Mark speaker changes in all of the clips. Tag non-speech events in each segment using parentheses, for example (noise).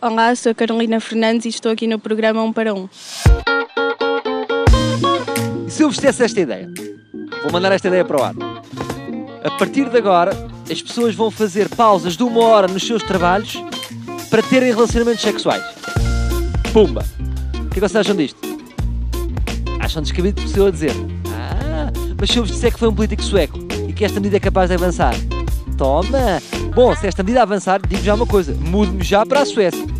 Speaker 1: Olá, sou a Carolina Fernandes e estou aqui no programa Um para Um.
Speaker 2: E se eu vos desse esta ideia? Vou mandar esta ideia para o ar. A partir de agora, as pessoas vão fazer pausas de uma hora nos seus trabalhos para terem relacionamentos sexuais. Pumba! O que é que vocês acham disto? Acham descabido de pessoa dizer Ah, mas se eu vos disser que foi um político sueco e que esta medida é capaz de avançar? Toma! Bom, se esta medida avançar, digo já uma coisa, mudo-me já para a Suécia.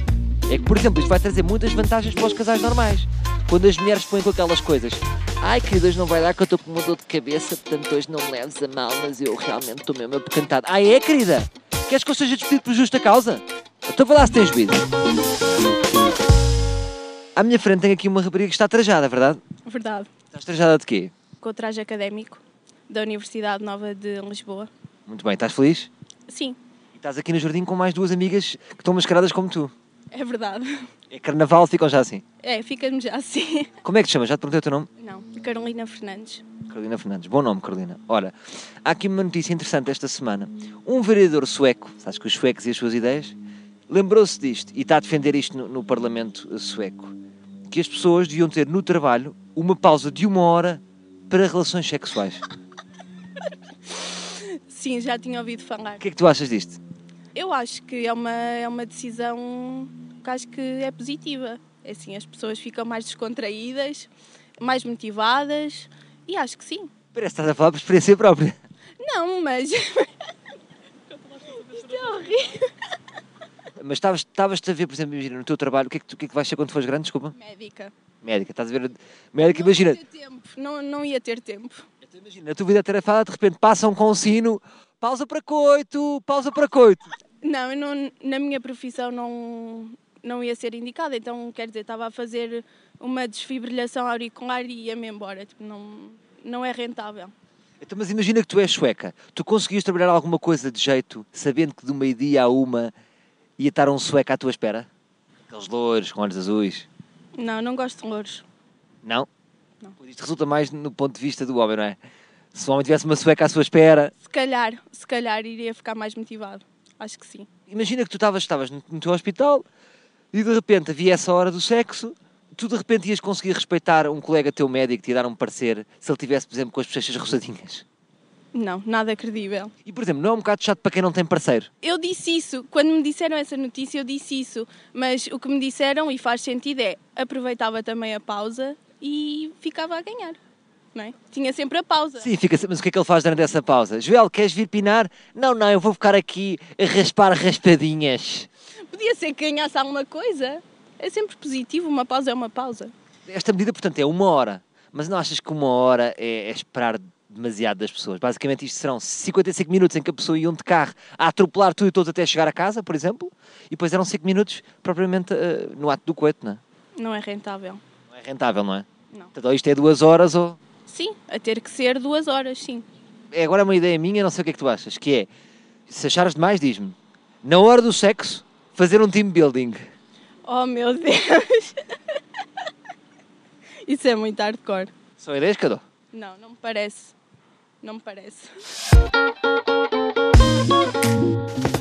Speaker 2: É que, por exemplo, isto vai trazer muitas vantagens para os casais normais. Quando as mulheres põem com aquelas coisas Ai, querido, hoje não vai dar que eu estou com uma dor de cabeça, portanto hoje não me leves a mal, mas eu realmente estou mesmo apocantada. Ai, é, querida? Queres que eu seja despedido por justa causa? Então vai lá se tens bebido. À minha frente tenho aqui uma rapariga que está trajada, é verdade?
Speaker 1: Verdade.
Speaker 2: Estás trajada de quê?
Speaker 1: Com o traje académico da Universidade Nova de Lisboa.
Speaker 2: Muito bem, estás feliz?
Speaker 1: Sim,
Speaker 2: E Estás aqui no jardim com mais duas amigas que estão mascaradas como tu.
Speaker 1: é verdade.
Speaker 2: É carnaval, ficam já assim.
Speaker 1: É, fica-me já assim.
Speaker 2: Como é que te chamas? Já te perguntei o teu nome?
Speaker 1: Não, Carolina Fernandes.
Speaker 2: Carolina Fernandes. Bom nome, Carolina. Ora, há aqui uma notícia interessante esta semana. Um vereador sueco, sabes que os suecos e as suas ideias, lembrou-se disto e está a defender isto no, no Parlamento eh, sueco. Que as pessoas deviam ter no trabalho uma pausa de uma hora para relações sexuais.
Speaker 1: Sim, já tinha ouvido falar.
Speaker 2: O que é que tu achas disto?
Speaker 1: Eu acho que é uma, é uma decisão que acho que é positiva. Assim, as pessoas ficam mais descontraídas, mais motivadas e acho que sim.
Speaker 2: Parece que estás a falar por experiência própria.
Speaker 1: Não, mas. (laughs) Isto é horrível.
Speaker 2: Mas estavas- estavas-te a ver, por exemplo, imagina, no teu trabalho, o que é que, tu, o que, é que vais ser quando fores grande? Desculpa.
Speaker 1: Médica.
Speaker 2: Médica, estás a ver? Médica, É
Speaker 1: Não
Speaker 2: imagina.
Speaker 1: ia ter tempo. Não, não ia ter tempo.
Speaker 2: Então imagina, a tua vida atarefada, de repente passam com um sino, pausa para coito, pausa para coito.
Speaker 1: Não, eu não, na minha profissão não, não ia ser indicada, então quer dizer, estava a fazer uma desfibrilhação auricular e ia-me embora. Tipo, não, não é rentável.
Speaker 2: Então, mas imagina que tu és sueca. Tu conseguias trabalhar alguma coisa de jeito, sabendo que do meio-dia à uma ia estar um sueco à tua espera? Aqueles louros com olhos azuis.
Speaker 1: Não, não gosto de louros.
Speaker 2: Não?
Speaker 1: Não.
Speaker 2: Isto resulta mais no ponto de vista do homem, não é? Se o homem tivesse uma sueca à sua espera.
Speaker 1: Se calhar, se calhar iria ficar mais motivado. Acho que sim.
Speaker 2: Imagina que tu estavas estavas no, no teu hospital e de repente havia essa hora do sexo. Tu de repente ias conseguir respeitar um colega teu médico que te ia dar um parecer se ele tivesse, por exemplo, com as bochechas rosadinhas.
Speaker 1: Não, nada credível.
Speaker 2: E, por exemplo, não é um bocado chato para quem não tem parceiro?
Speaker 1: Eu disse isso, quando me disseram essa notícia, eu disse isso, mas o que me disseram, e faz sentido, é aproveitava também a pausa e ficava a ganhar. Não é? Tinha sempre a pausa.
Speaker 2: Sim, fica mas o que é que ele faz durante essa pausa? Joel, queres vir pinar? Não, não, eu vou ficar aqui a raspar raspadinhas.
Speaker 1: Podia ser que ganhasse alguma coisa. É sempre positivo, uma pausa é uma pausa.
Speaker 2: Esta medida, portanto, é uma hora. Mas não achas que uma hora é, é esperar demasiado das pessoas? Basicamente, isto serão 55 minutos em que a pessoa ia de carro a atropelar tudo e todos até chegar a casa, por exemplo, e depois eram 5 minutos propriamente eh, no ato do coito, não é?
Speaker 1: Não é rentável.
Speaker 2: Não é rentável, não é?
Speaker 1: Não.
Speaker 2: Portanto, ou isto é duas horas ou...
Speaker 1: Sim, a ter que ser duas horas, sim.
Speaker 2: é agora uma ideia minha, não sei o que é que tu achas, que é, se achares demais, diz-me, na hora do sexo, fazer um team building.
Speaker 1: Oh meu Deus! (laughs) Isso é muito hardcore.
Speaker 2: São ideias que eu dou.
Speaker 1: Não, não me parece. Não me parece.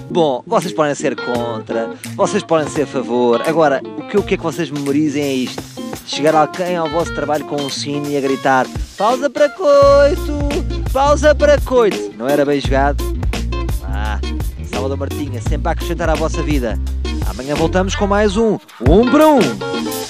Speaker 2: Bom, vocês podem ser contra, vocês podem ser a favor. Agora, o que eu quero que vocês memorizem é isto. Chegar alguém ao vosso trabalho com um sino e a gritar pausa para coito, pausa para coito. Não era bem jogado? Ah, Salvador Martinha, sempre a acrescentar à vossa vida. Amanhã voltamos com mais um, um para um.